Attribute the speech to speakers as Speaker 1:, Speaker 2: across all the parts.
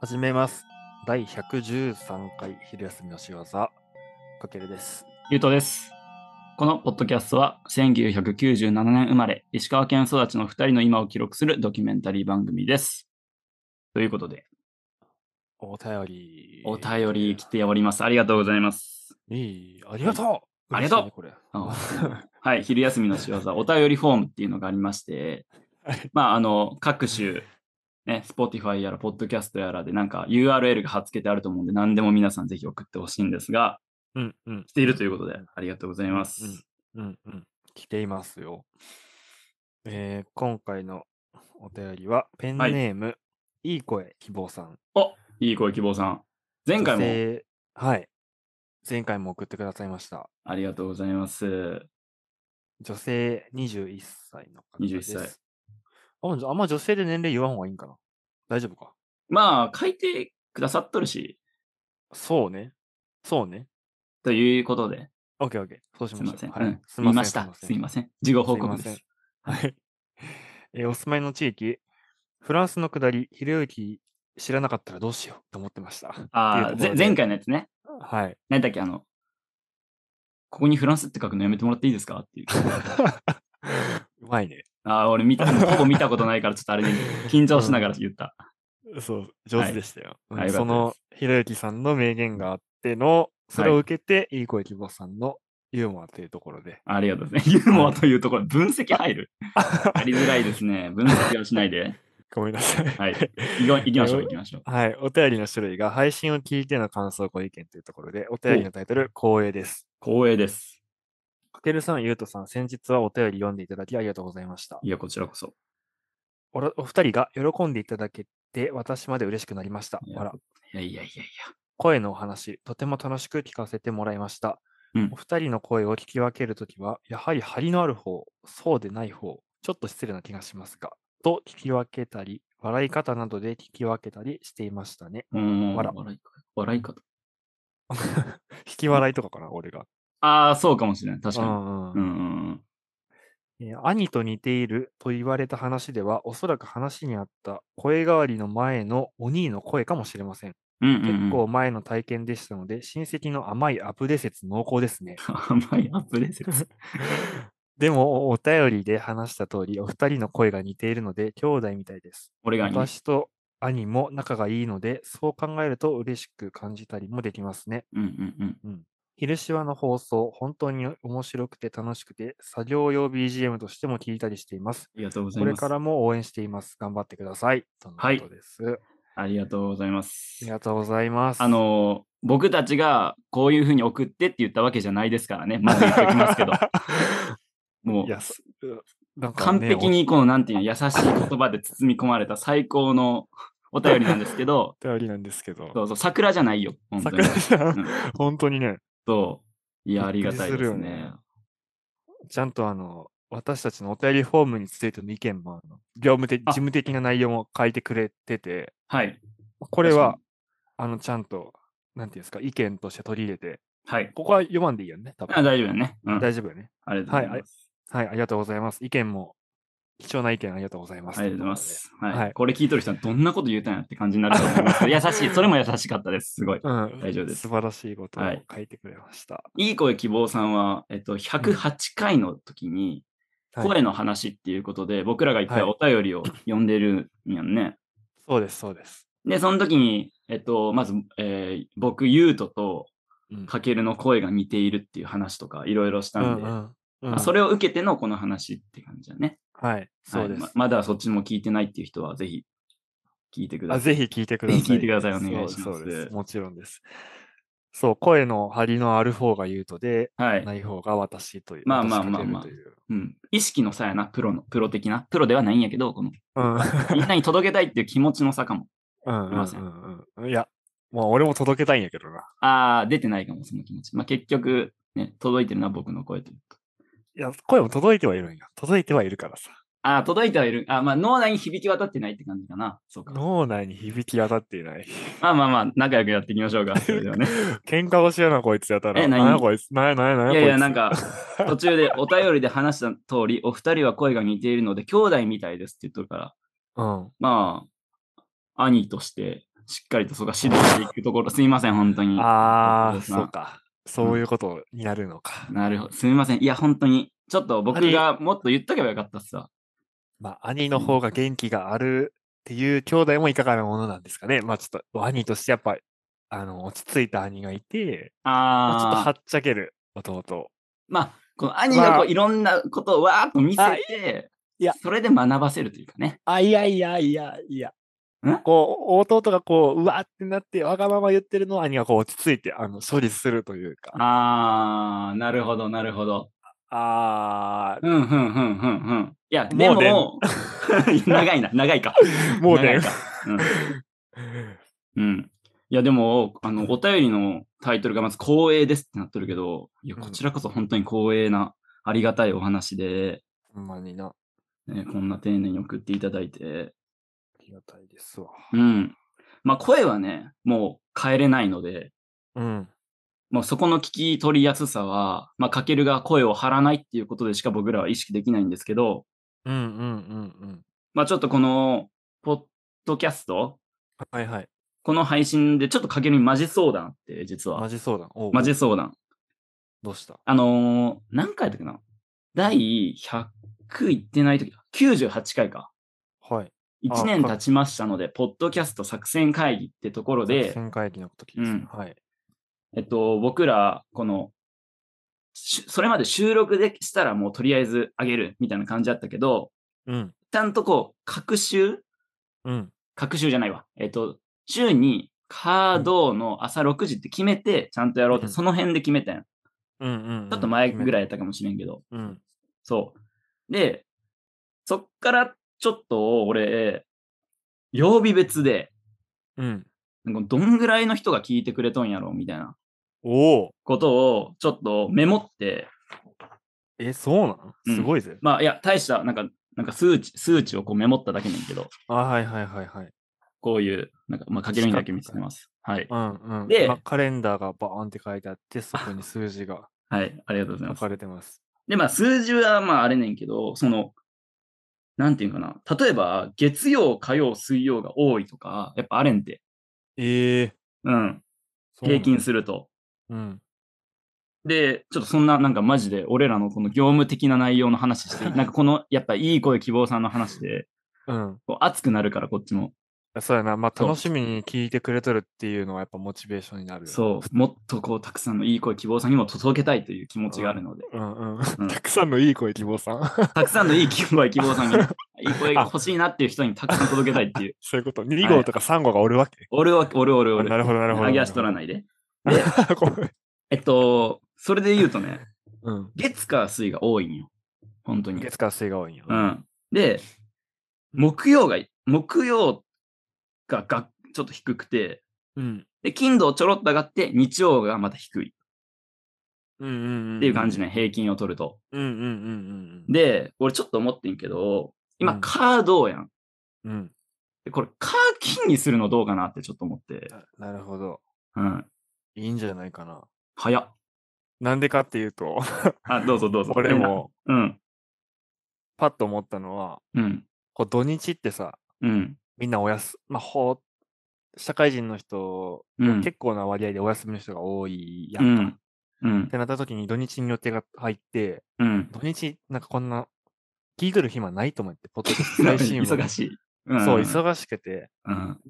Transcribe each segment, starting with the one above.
Speaker 1: 始めます。第113回昼休みの仕業、かけるです。
Speaker 2: ゆうとです。このポッドキャストは1997年生まれ、石川県育ちの2人の今を記録するドキュメンタリー番組です。ということで、
Speaker 1: お便り。
Speaker 2: お便り来ております。ありがとうございます。
Speaker 1: いい。ありがとう、
Speaker 2: ありが
Speaker 1: 嬉し
Speaker 2: とう
Speaker 1: いねこれ。
Speaker 2: あはい、昼休みの仕業、お便りフォームっていうのがありまして
Speaker 1: はい、
Speaker 2: まあ、あの、各種、ね、Spotify やら、ポッドキャストやらで、なんか URL が貼っ付けてあると思うんで、何でも皆さんぜひ送ってほしいんですが、
Speaker 1: うんうん
Speaker 2: 来。ているということで、ありがとうございます。
Speaker 1: うんうん。来ていますよ。えー、今回のお便りは、ペンネ
Speaker 2: はい
Speaker 1: ーム、い、い声希望さん。
Speaker 2: いい声希望さん。前回
Speaker 1: 女
Speaker 2: も
Speaker 1: 性はい。前回も送ってくださいました。
Speaker 2: ありがとうございます。
Speaker 1: 女性21歳の方で
Speaker 2: 21
Speaker 1: す。
Speaker 2: 歳
Speaker 1: あんま。あんま女性で年齢言わん方がいいんかな大丈夫か
Speaker 2: まあ、書いてくださっとるし、
Speaker 1: そうね。そうね。
Speaker 2: ということで、
Speaker 1: オッケーオッケー。そうし
Speaker 2: す
Speaker 1: ま
Speaker 2: み
Speaker 1: しょ
Speaker 2: ません。
Speaker 1: う。は
Speaker 2: う
Speaker 1: い
Speaker 2: ん、見まし
Speaker 1: すい
Speaker 2: た。
Speaker 1: ません
Speaker 2: すみません。事後報告です
Speaker 1: い
Speaker 2: す。
Speaker 1: ませんはい。えーお住まいの地域、フランスの下り、ひろゆき知らなかったらどうしようと思ってました。っ
Speaker 2: あ
Speaker 1: て
Speaker 2: あ、
Speaker 1: い
Speaker 2: ぜ
Speaker 1: うところで
Speaker 2: 前。回のやつね。
Speaker 1: はい。
Speaker 2: 何だっけ、あの、ここにフランスって書くのやめてもらっていいですかっ ていう。
Speaker 1: うまいね。
Speaker 2: ああ、俺見た、ほぼ見たことないから、ちょっとあれで、緊張しながら言った。
Speaker 1: そう、上手でしたよ。うん
Speaker 2: はいよか
Speaker 1: そ
Speaker 2: った
Speaker 1: の
Speaker 2: で
Speaker 1: ひろゆきさんの名言があっての、それを
Speaker 2: はい
Speaker 1: 受けて、い、い声希望さんのユーモアというところで。
Speaker 2: ありがとうございます。ユーモアというところ、分析入る。ありづらいですね。分析をしないで。
Speaker 1: ごめんなさい。
Speaker 2: はい。いこ行きましょう、行きましょう。
Speaker 1: はい、お便りの種類が配信を聞いての感想、ご意見というところで、お便りのタイトル、光栄です。
Speaker 2: 光栄です。
Speaker 1: かけるさん、ゆうとさん、先日はお便り読んでいただきありがとうございました。
Speaker 2: いや、こちらこそ。
Speaker 1: おらお二人が喜んでいただけて、私まで嬉しくなりました。
Speaker 2: いや
Speaker 1: あら、
Speaker 2: いやいやいやい
Speaker 1: 声のお話、とても楽しく聞かせてもらいました。
Speaker 2: うん
Speaker 1: お二人の声を聞き分けるときは、やはり張りのある方、そうでない方、ちょっと失礼な気がしますが、と聞き分けたり、笑い方などで聞き分けたりしていましたね。
Speaker 2: や。うーん、
Speaker 1: あら
Speaker 2: 笑い笑い方。
Speaker 1: 引き笑いとかかな、俺が。
Speaker 2: ああ、そうかもしれない。確
Speaker 1: う
Speaker 2: かに。
Speaker 1: んうん
Speaker 2: うんうんうん。
Speaker 1: えー兄と似ていると言われた話では、おそらく話にあった声変わりの前のお兄の声かもしれません。
Speaker 2: うんうんうん
Speaker 1: 結構前の体験でしたので、親戚の甘いアプデ説濃厚 ですね。
Speaker 2: 甘いアップデ ートです。
Speaker 1: でも、おお便りで話した通り、お二人の声が似ているので、兄弟みたいです。
Speaker 2: 俺が
Speaker 1: 私と兄も仲がいいので、そう考えると嬉しく感じたりもできますね。
Speaker 2: うんうんうん。
Speaker 1: 昼シワの放送、本当に面白くて楽しくて、作業用 BGM としても聞いたりしています。
Speaker 2: ありがとうござい
Speaker 1: こ
Speaker 2: ます。
Speaker 1: れからも応援しています。頑張ってください。との
Speaker 2: はい
Speaker 1: ことです。あ
Speaker 2: ありがとうございます
Speaker 1: り。がとうございます。
Speaker 2: あ、のー、僕たちがこういうふうに送ってって言ったわけじゃないですからね。まず言ってお きますけど。もう
Speaker 1: い、や、すなんかね、
Speaker 2: 完璧にこの、なんていうの、優しい言葉で包み込まれた最高のお便りなんです けど、
Speaker 1: お便りなんですけど。
Speaker 2: どうぞ、桜じゃないよ。本当に
Speaker 1: 桜。ちゃん、
Speaker 2: うん
Speaker 1: 本当にね、
Speaker 2: そう。いや、あり
Speaker 1: びっく
Speaker 2: が
Speaker 1: り
Speaker 2: た
Speaker 1: す
Speaker 2: いで
Speaker 1: る
Speaker 2: す
Speaker 1: よね
Speaker 2: ね。
Speaker 1: ちゃんとあの、私たちのお便りフォームについての意見も、あの業務的、事
Speaker 2: あ
Speaker 1: 務的な内容も書いてくれてて、
Speaker 2: はい。
Speaker 1: これは
Speaker 2: 確、
Speaker 1: あの、ちゃんと、なんていうんですか、意見として取り入れて、
Speaker 2: はい。
Speaker 1: ここは読まんでいいよね、多
Speaker 2: あ
Speaker 1: 分。
Speaker 2: 大丈夫だね。うん。
Speaker 1: 大丈夫よね。
Speaker 2: ありがとうございます。
Speaker 1: はい、ありがとうございます。意見も、貴重な意見ありがとうございます。
Speaker 2: ありがとうございます。はい。
Speaker 1: はい
Speaker 2: これ聞いとる人はどんなこと言うたんやって感じになると思いますけど。 優しい。それも優しかったです。すご
Speaker 1: う
Speaker 2: い。
Speaker 1: ん、
Speaker 2: 大丈夫です
Speaker 1: 素晴らしいことを
Speaker 2: はい
Speaker 1: 書いてくれました。
Speaker 2: いい声希望さんは、えっと、108回の時に、
Speaker 1: はい
Speaker 2: 声の話っていうことで、僕らが一回
Speaker 1: は
Speaker 2: お便りを読んでるんやんね。
Speaker 1: そうです、そうです。
Speaker 2: で、その時に、えっと、まず、えー僕、ゆうとと
Speaker 1: うん
Speaker 2: かけるの声が似ているっていう話とか、いろいろしたんで、
Speaker 1: うん
Speaker 2: まあそれを受けてのこの話って感じだね。
Speaker 1: はい、そうです。
Speaker 2: はいま。まだそっちも聞いてないっていう人は、ぜひ聞いてくだ
Speaker 1: あ
Speaker 2: さい。
Speaker 1: ぜひ聞いてください。
Speaker 2: ぜひ聞いてくださいお願いします
Speaker 1: そうそうです。もちろんです。そう、声の張りのある方が言うとで、
Speaker 2: はい。
Speaker 1: ない方が私という。
Speaker 2: まあまあ
Speaker 1: 私かける
Speaker 2: まあまあ
Speaker 1: という
Speaker 2: うん。意識の差やな、プロの、プロ的な。プロではないんやけど、この、
Speaker 1: うん
Speaker 2: みんなに届けたいっていう気持ちの差かも。
Speaker 1: うん
Speaker 2: いません
Speaker 1: うんうんうん。いや、もう俺も届けたいんやけどな。
Speaker 2: ああ、出てないかも、その気持ち。まあ、結局、ね、届いてるのは僕の声というか。
Speaker 1: いや、声も届いてはいるんや。届いてはいるからさ。
Speaker 2: ああ、届いてはいる。あーまあ、脳内に響き渡ってないって感じかな。そうか。ま
Speaker 1: 脳内に響き当たっていない。
Speaker 2: あまあまあ、仲良くやっていきまし ょうか。それではね。
Speaker 1: 喧嘩をしやな、こいつやったら。
Speaker 2: え何
Speaker 1: なんやこいつ。なんやなんやなんやこ
Speaker 2: い
Speaker 1: いつ。
Speaker 2: やいや、な んか、途中でお便りで話した通り、お二人は声が似ているので、兄弟みたいですって言っとるから、
Speaker 1: うん。
Speaker 2: まあ、兄として、しっかりとそこが指導していくところ、すみません、本当に。
Speaker 1: ああ、
Speaker 2: です
Speaker 1: そうか。そういうことになるのか。
Speaker 2: なるほど。すみません。いや、本当に。ちょっと僕がもっと言っとけばよかったっすわ。
Speaker 1: まあ、兄の方が元気があるっていう兄弟もいかがなものなんですかね。まあ、ちょっと兄としてやっぱ、あの、落ち着いた兄がいて、まあちょっとは
Speaker 2: ああ
Speaker 1: っ。ちゃける弟。
Speaker 2: まあ、この兄が
Speaker 1: ま
Speaker 2: こ
Speaker 1: あ
Speaker 2: ういろんなことをわーっと見せ
Speaker 1: あい
Speaker 2: て、
Speaker 1: いや
Speaker 2: それで学ばせるというかね。
Speaker 1: あ、いやいやいやいや
Speaker 2: ん。
Speaker 1: こう、弟がこう、うわーってなって、わがまま言ってるのを兄がこう落ち着いて、あの、処理するというか。
Speaker 2: ああ、なるほど、なるほど。
Speaker 1: あ
Speaker 2: うん、うん、うん、うん、うん。いや、で
Speaker 1: もうでん
Speaker 2: も、 長いな、長いか。
Speaker 1: ー、 もう
Speaker 2: 長
Speaker 1: ね
Speaker 2: い。かうん。うんいや、でも、あの、お便りのタイトルがまず光栄ですってなってるけど、いや、
Speaker 1: うん
Speaker 2: こちらこそ本当に光栄な、ありがたいお話で、
Speaker 1: ほんまにな。あ
Speaker 2: ね、こんな丁寧に送っていただいて、
Speaker 1: りがたいですわ。
Speaker 2: うん。まあ、声はね、もう変えれないので、
Speaker 1: うん。
Speaker 2: もうそこの聞き取りやすさは、まあ、かけるが声を張らないっていうことでしか僕らは意識できないんですけど、
Speaker 1: うんうんうんうん。
Speaker 2: まあ、ちょっとこの、ポッドキャスト、
Speaker 1: はいはい。
Speaker 2: この配信でちょっとかけるにマジ相談って、実
Speaker 1: マ
Speaker 2: は。
Speaker 1: ジそうだ。おう
Speaker 2: マジ相談。
Speaker 1: どうした
Speaker 2: あのー何回だっけな第100いってない時だ。98回か。
Speaker 1: はい。
Speaker 2: 1年経ちましたので、ポッドキャスト作戦会議ってところで、
Speaker 1: 戦会議の時ですね。
Speaker 2: うん
Speaker 1: はい。
Speaker 2: えっと、僕ら、この、しそれまで収録でしたらもうとりあえずあげるみたいな感じだったけど、
Speaker 1: うん。
Speaker 2: ちゃんとこう、各週
Speaker 1: うん。
Speaker 2: 各週じゃないわ。えっと、週にカードの朝6時って決めて、ちゃんとやろうって、
Speaker 1: うん
Speaker 2: その辺で決めたやん。ち
Speaker 1: うんうん、うん。
Speaker 2: ょっと前ぐら
Speaker 1: い。
Speaker 2: いやったかもしれんけど。
Speaker 1: うん。
Speaker 2: そう。で、そっからちょっと俺、曜日別で、
Speaker 1: うん。
Speaker 2: なんかどんぐらいの人が聞いてくれとんやろみたいな
Speaker 1: おお。
Speaker 2: ことをちょっとメモって、
Speaker 1: え、そうなの
Speaker 2: うん
Speaker 1: すごいぜ。
Speaker 2: まあいや、大した、なんか、なんか数値、数値をこうメモっただけなんやけど、
Speaker 1: あ、はいはいはいはい。
Speaker 2: こういう、なんか、まあ、かけるにだけ見せてます。はい。
Speaker 1: うんうん。
Speaker 2: で
Speaker 1: まあカレンダーがバーンって書いてあって、そこに数字 が
Speaker 2: はい。ありがとうござ
Speaker 1: 書
Speaker 2: います
Speaker 1: か。れてます。
Speaker 2: で、まあ、数字はまあ、あれねんけど、その、なんていうんかな。例えば、月曜、火曜、水曜が多いとか、やっぱあれんて。
Speaker 1: ええ
Speaker 2: うん。
Speaker 1: そうな
Speaker 2: 平
Speaker 1: の
Speaker 2: 均すると。
Speaker 1: うん。
Speaker 2: で、ちょっとそんな、なんかマジで、俺らのこの業務的な内容の 話して、なんかこの、やっぱいい声希望さんの話で、
Speaker 1: うん。
Speaker 2: こう熱くなるから、こっちも。
Speaker 1: そうやな。まあ、
Speaker 2: そう
Speaker 1: 楽しみに聞いてくれとるっていうのはやっぱモチベーションになるよね。
Speaker 2: そう、もっとこう、たくさんのいい声希望さんにも届けたいという気持ちがあるので、
Speaker 1: うんうん。
Speaker 2: ん
Speaker 1: たくさんのいい声希望さん。
Speaker 2: たくさんのいい声希望さんに、いい声が欲しいなっていう人にたくさん届けたいっていう。
Speaker 1: そういうこと。2号とか3号がおるわけ。
Speaker 2: 俺は、俺、俺、
Speaker 1: あ
Speaker 2: 俺。
Speaker 1: なるほど、なるほど。
Speaker 2: 上げ足取ら
Speaker 1: い。
Speaker 2: ないで。
Speaker 1: ごめん
Speaker 2: えっと、それで言うとね、
Speaker 1: うん。
Speaker 2: 月火水が多いんよ。本当に。
Speaker 1: 月火水が多いんや。
Speaker 2: う。ん。で、木曜が、木曜ががちょっと低くて、
Speaker 1: うん。
Speaker 2: で、金土ちょろっと上がって、日曜がまた低い
Speaker 1: うんうんん。
Speaker 2: っていう感じね、平均を取ると。
Speaker 1: うんうんうんうん。、
Speaker 2: で、俺ちょっと思ってんけど、
Speaker 1: う
Speaker 2: 今、
Speaker 1: ん
Speaker 2: カードやん。
Speaker 1: うん。
Speaker 2: でこれ、カー金にするのどうかなってちょっと思って。
Speaker 1: ななるほど。
Speaker 2: うん。
Speaker 1: いいんじゃないかな。
Speaker 2: 早っ。
Speaker 1: なんでかっていうと、
Speaker 2: あ、どうぞどうぞ。
Speaker 1: 俺。も
Speaker 2: うん。
Speaker 1: パッと思ったのは、
Speaker 2: うん。
Speaker 1: こう土日ってさ、
Speaker 2: うん。
Speaker 1: みんなおやす、まあ、ほ社会人の人、
Speaker 2: うん。
Speaker 1: 結構な割合でお休みの人が多いや
Speaker 2: うん
Speaker 1: か。
Speaker 2: ん。うん
Speaker 1: っ。てなった時に土日に予定が入って、
Speaker 2: うん。
Speaker 1: 土日なんかこんな、聞いとる暇ないと思って、ポッドキャスト配信を
Speaker 2: 忙しい。うん
Speaker 1: そう、忙しくて、
Speaker 2: うん。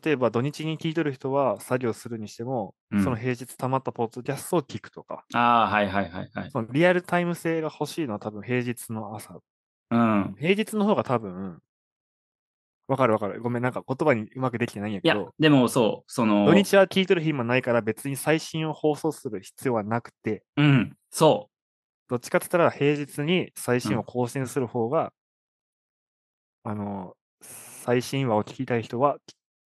Speaker 1: 例えば土日に聞いとる人は作業するにしても、
Speaker 2: うん
Speaker 1: その平日溜まったポッドキャストを聞くとか、
Speaker 2: ああ、はいはいはいはい。
Speaker 1: そのリアルタイム性が欲しいのは多分平日の朝。
Speaker 2: うん。
Speaker 1: 平日の方が多分、わかるわかる。ごめん、なんか言葉にうまくできてないんや
Speaker 2: い
Speaker 1: け
Speaker 2: や
Speaker 1: ど、、
Speaker 2: でもそう、その、
Speaker 1: 土日は聞いとる暇ないから別に最新を放送する必要はなくて、
Speaker 2: うん、そ
Speaker 1: どっちかって言ったら平日に最
Speaker 2: うん、
Speaker 1: 新を更新する方が、あの、最新話を聞きたい人は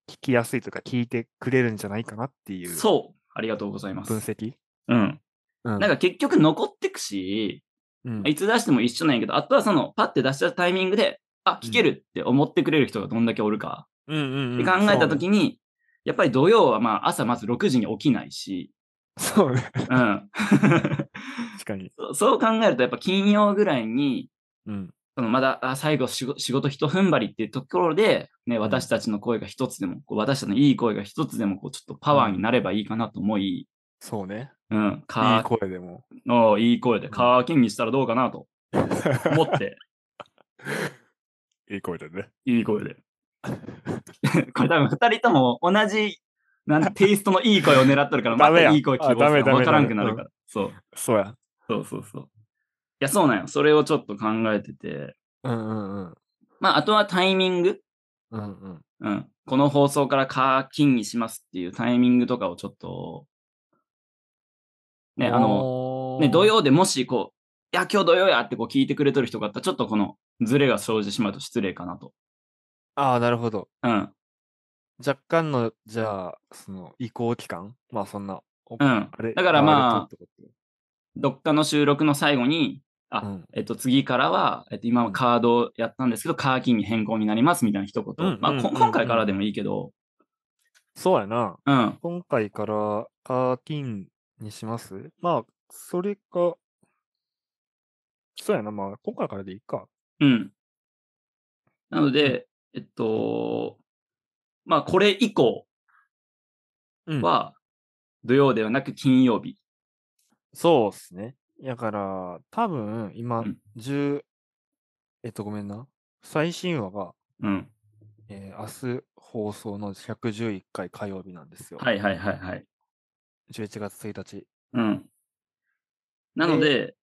Speaker 1: き聞きやすいというか聞いてくれるんじゃないかなっていうう
Speaker 2: そう、ありがとうございま
Speaker 1: 分
Speaker 2: す。
Speaker 1: 析。
Speaker 2: うん。
Speaker 1: うん
Speaker 2: なんか結局残ってくし、
Speaker 1: うん
Speaker 2: いつ出しても一緒なんやけど、あとはその、パッて出したタイミングで、あ、聞けるって思ってくれる人がどんだけおるか
Speaker 1: うんうん
Speaker 2: っ
Speaker 1: う
Speaker 2: て
Speaker 1: ん
Speaker 2: 考えたときに、やっぱり土曜はまあ朝まず6時に起きないし、
Speaker 1: そうね。そうね
Speaker 2: うん。
Speaker 1: 確かに。
Speaker 2: そう考えるとやっぱ金曜ぐらいに
Speaker 1: うん。
Speaker 2: そのまだあ最後仕事仕事一踏ん張りっていうところで、ね、私たちの声が一つでも、こう私たちのいい声が一つでもこうちょっとパワーになればいいかなと思い、
Speaker 1: そうね。
Speaker 2: うん、
Speaker 1: いい
Speaker 2: カー
Speaker 1: 声で も。
Speaker 2: のいい声でカーキングにしたらどうかなと思って、
Speaker 1: いい声でね。
Speaker 2: いい声で。 これ多分2人とも同じなんテイストのいい声を狙っとるから、ま
Speaker 1: ダメや
Speaker 2: たいい声希望
Speaker 1: あダメ
Speaker 2: す
Speaker 1: ダメ
Speaker 2: るわからんくなるから。そう
Speaker 1: そうや。
Speaker 2: そうそうそう。いや、そうなんよ。それをちょっと考えてて。
Speaker 1: うんうんうん。
Speaker 2: まあ、あとはタイミング。
Speaker 1: うんうん。
Speaker 2: うん。この放送から課金にしますっていうタイミングとかをちょっと、ね、あの、
Speaker 1: の
Speaker 2: ね、土。曜でもしこう、いや、今日土曜やってこう聞いてくれてる人があったら、ちょっとこのズレが生じてしまうと失礼かなと。
Speaker 1: ああ、なるほど。
Speaker 2: うん。
Speaker 1: 若干の、じゃあ、その、移行期間まあそんな。お
Speaker 2: うん。
Speaker 1: あれ
Speaker 2: だからまあ
Speaker 1: れとってこ
Speaker 2: どっかの収録の最後に、あ、
Speaker 1: とうん
Speaker 2: えっと、次からは、えっと、今はカードをやったんですけど、カーキンに変更になりますみたいな一言。
Speaker 1: うん
Speaker 2: まあ、
Speaker 1: うん
Speaker 2: こ
Speaker 1: うん
Speaker 2: 今回からでもいいけど、
Speaker 1: そうやな。
Speaker 2: うん。
Speaker 1: 今回から、カーキンにしますまあ、それか、そうやな。まあ、今回からでいいか。
Speaker 2: うん。なので、えっと、まあ、これ以降
Speaker 1: うん
Speaker 2: は、土曜ではなく金曜日。
Speaker 1: そうっすね。だから、多分今、
Speaker 2: うん
Speaker 1: 10、えっと、ごめんな。最新話が、
Speaker 2: うん。
Speaker 1: えー明日放送の111回火曜日なんですよ。
Speaker 2: はいはいはいはい。
Speaker 1: 11月1日。
Speaker 2: うん。なので、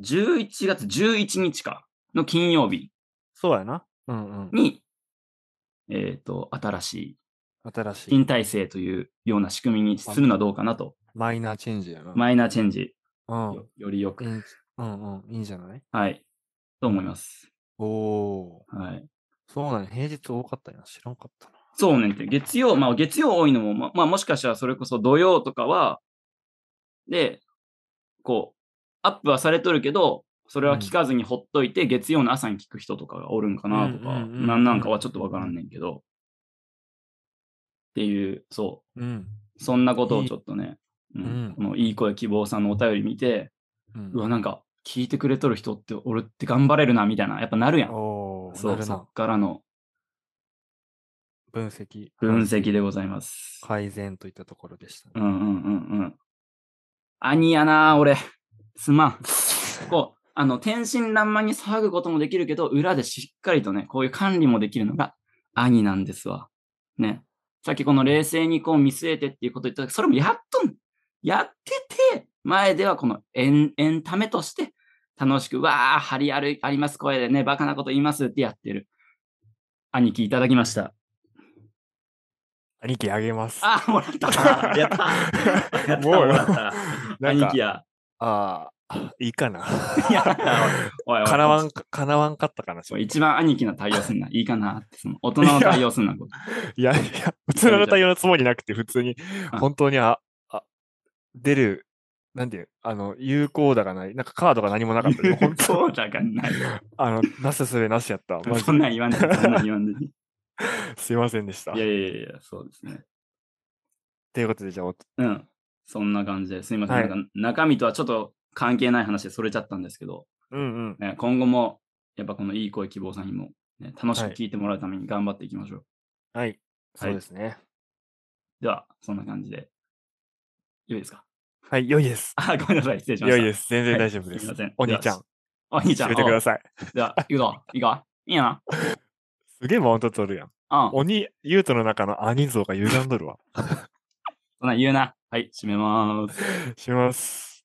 Speaker 2: 11月11日か、の金曜日
Speaker 1: そうやな。うんうん。
Speaker 2: に、えっと、新しい
Speaker 1: 新しい。
Speaker 2: 新体制というような仕組みにするのはどうかなと。
Speaker 1: マイナーチェンジやな。
Speaker 2: マイナーチェンジ、
Speaker 1: うん。
Speaker 2: よよりよ
Speaker 1: いい
Speaker 2: く。
Speaker 1: んうんうん。いいんじゃない
Speaker 2: はい。と思います。
Speaker 1: おお
Speaker 2: はい。
Speaker 1: ー。そうなんや。平日多かったやな。知らんかったな。
Speaker 2: そうねんて。月曜、まあ月曜多いのも、ままあもしかしたらそれこそ土曜とかは、で、こう、アップはされとるけど、それは聞かずにほっといて、月曜の朝に聞く人とかがおるんかなとか、
Speaker 1: うんうんうんうん
Speaker 2: なんなんかはちょっとわからんねんけど。っていう、そ
Speaker 1: うん。
Speaker 2: う。そんなことをちょっとね、うん
Speaker 1: うん
Speaker 2: このいい声希望さんのお便り見て、
Speaker 1: うん
Speaker 2: うわ、なんか、聞いてくれとる人って、俺って頑張れるな、みたいな、やっぱなるやん。
Speaker 1: おお。
Speaker 2: そ
Speaker 1: な
Speaker 2: う、
Speaker 1: る
Speaker 2: そ
Speaker 1: な
Speaker 2: っ。からの
Speaker 1: 分析。
Speaker 2: 分析でございます。
Speaker 1: 改善といったところでしたね。
Speaker 2: うんうんうんうん。兄やな、俺。すまん。こう、あの、天真爛漫に騒ぐこともできるけど、裏でしっかりとね、こういう管理もできるのが兄なんですわ。ね。さっきこの冷静にこう見据えてっていうこと言ったけどそれもやっとん、やってて、前ではこのエン、エンタメとして、楽しく、わー、張りある、あります声でね、バカなこと言いますってやってる。兄貴いただきました。
Speaker 1: 兄貴あげます。
Speaker 2: あー、もらった。やった。やった、
Speaker 1: も
Speaker 2: も
Speaker 1: う
Speaker 2: らった。
Speaker 1: なんか
Speaker 2: 兄貴や。
Speaker 1: ああ、いいか な。
Speaker 2: やった。おいおいおい。
Speaker 1: かなわんか、かなわんかったかな。ちょっと
Speaker 2: 一番兄貴の対応すんな。いいかなって、その大人の対応すんな。こう
Speaker 1: いやいや、普通の対応のつもりなくて、普通に
Speaker 2: あ、
Speaker 1: 本当に、あ、あ、出る、なんていう、あの、有効打がない、なんかカードが何もなか ったけど。本当、
Speaker 2: そうだがない。
Speaker 1: あの、なすすべなしやった。マジ
Speaker 2: そんなん言わ んで、そんなん言わんで。
Speaker 1: すいませんでした。
Speaker 2: いやいやいや、そうですね。
Speaker 1: ということで、じゃあ、お
Speaker 2: うん。そんな感じですいません。
Speaker 1: はい
Speaker 2: なんか中身とはちょっと関係ない話でそれちゃったんですけど、
Speaker 1: うんうん。
Speaker 2: ね、今後も、やっぱこのいい声希望さんにも、ね、楽しく聞いてもらうために頑張っていきましょう。
Speaker 1: はい。そうですね。
Speaker 2: では、そんな感じで。よいですか
Speaker 1: はい、良いです。
Speaker 2: あ、ごめんなさい。失礼しまし
Speaker 1: 良
Speaker 2: た。
Speaker 1: いです。全然
Speaker 2: はい
Speaker 1: 大丈夫です
Speaker 2: すいません。
Speaker 1: お兄ちゃん、
Speaker 2: お兄ちゃん。
Speaker 1: 決めてください。
Speaker 2: い。じゃあ、行こう。行こう。いいや
Speaker 1: すげえマウント取るやん。
Speaker 2: な。うん。
Speaker 1: 鬼、ユートの中の兄像が歪んどるわ。
Speaker 2: そんなん言うな。はい、閉めます。
Speaker 1: します。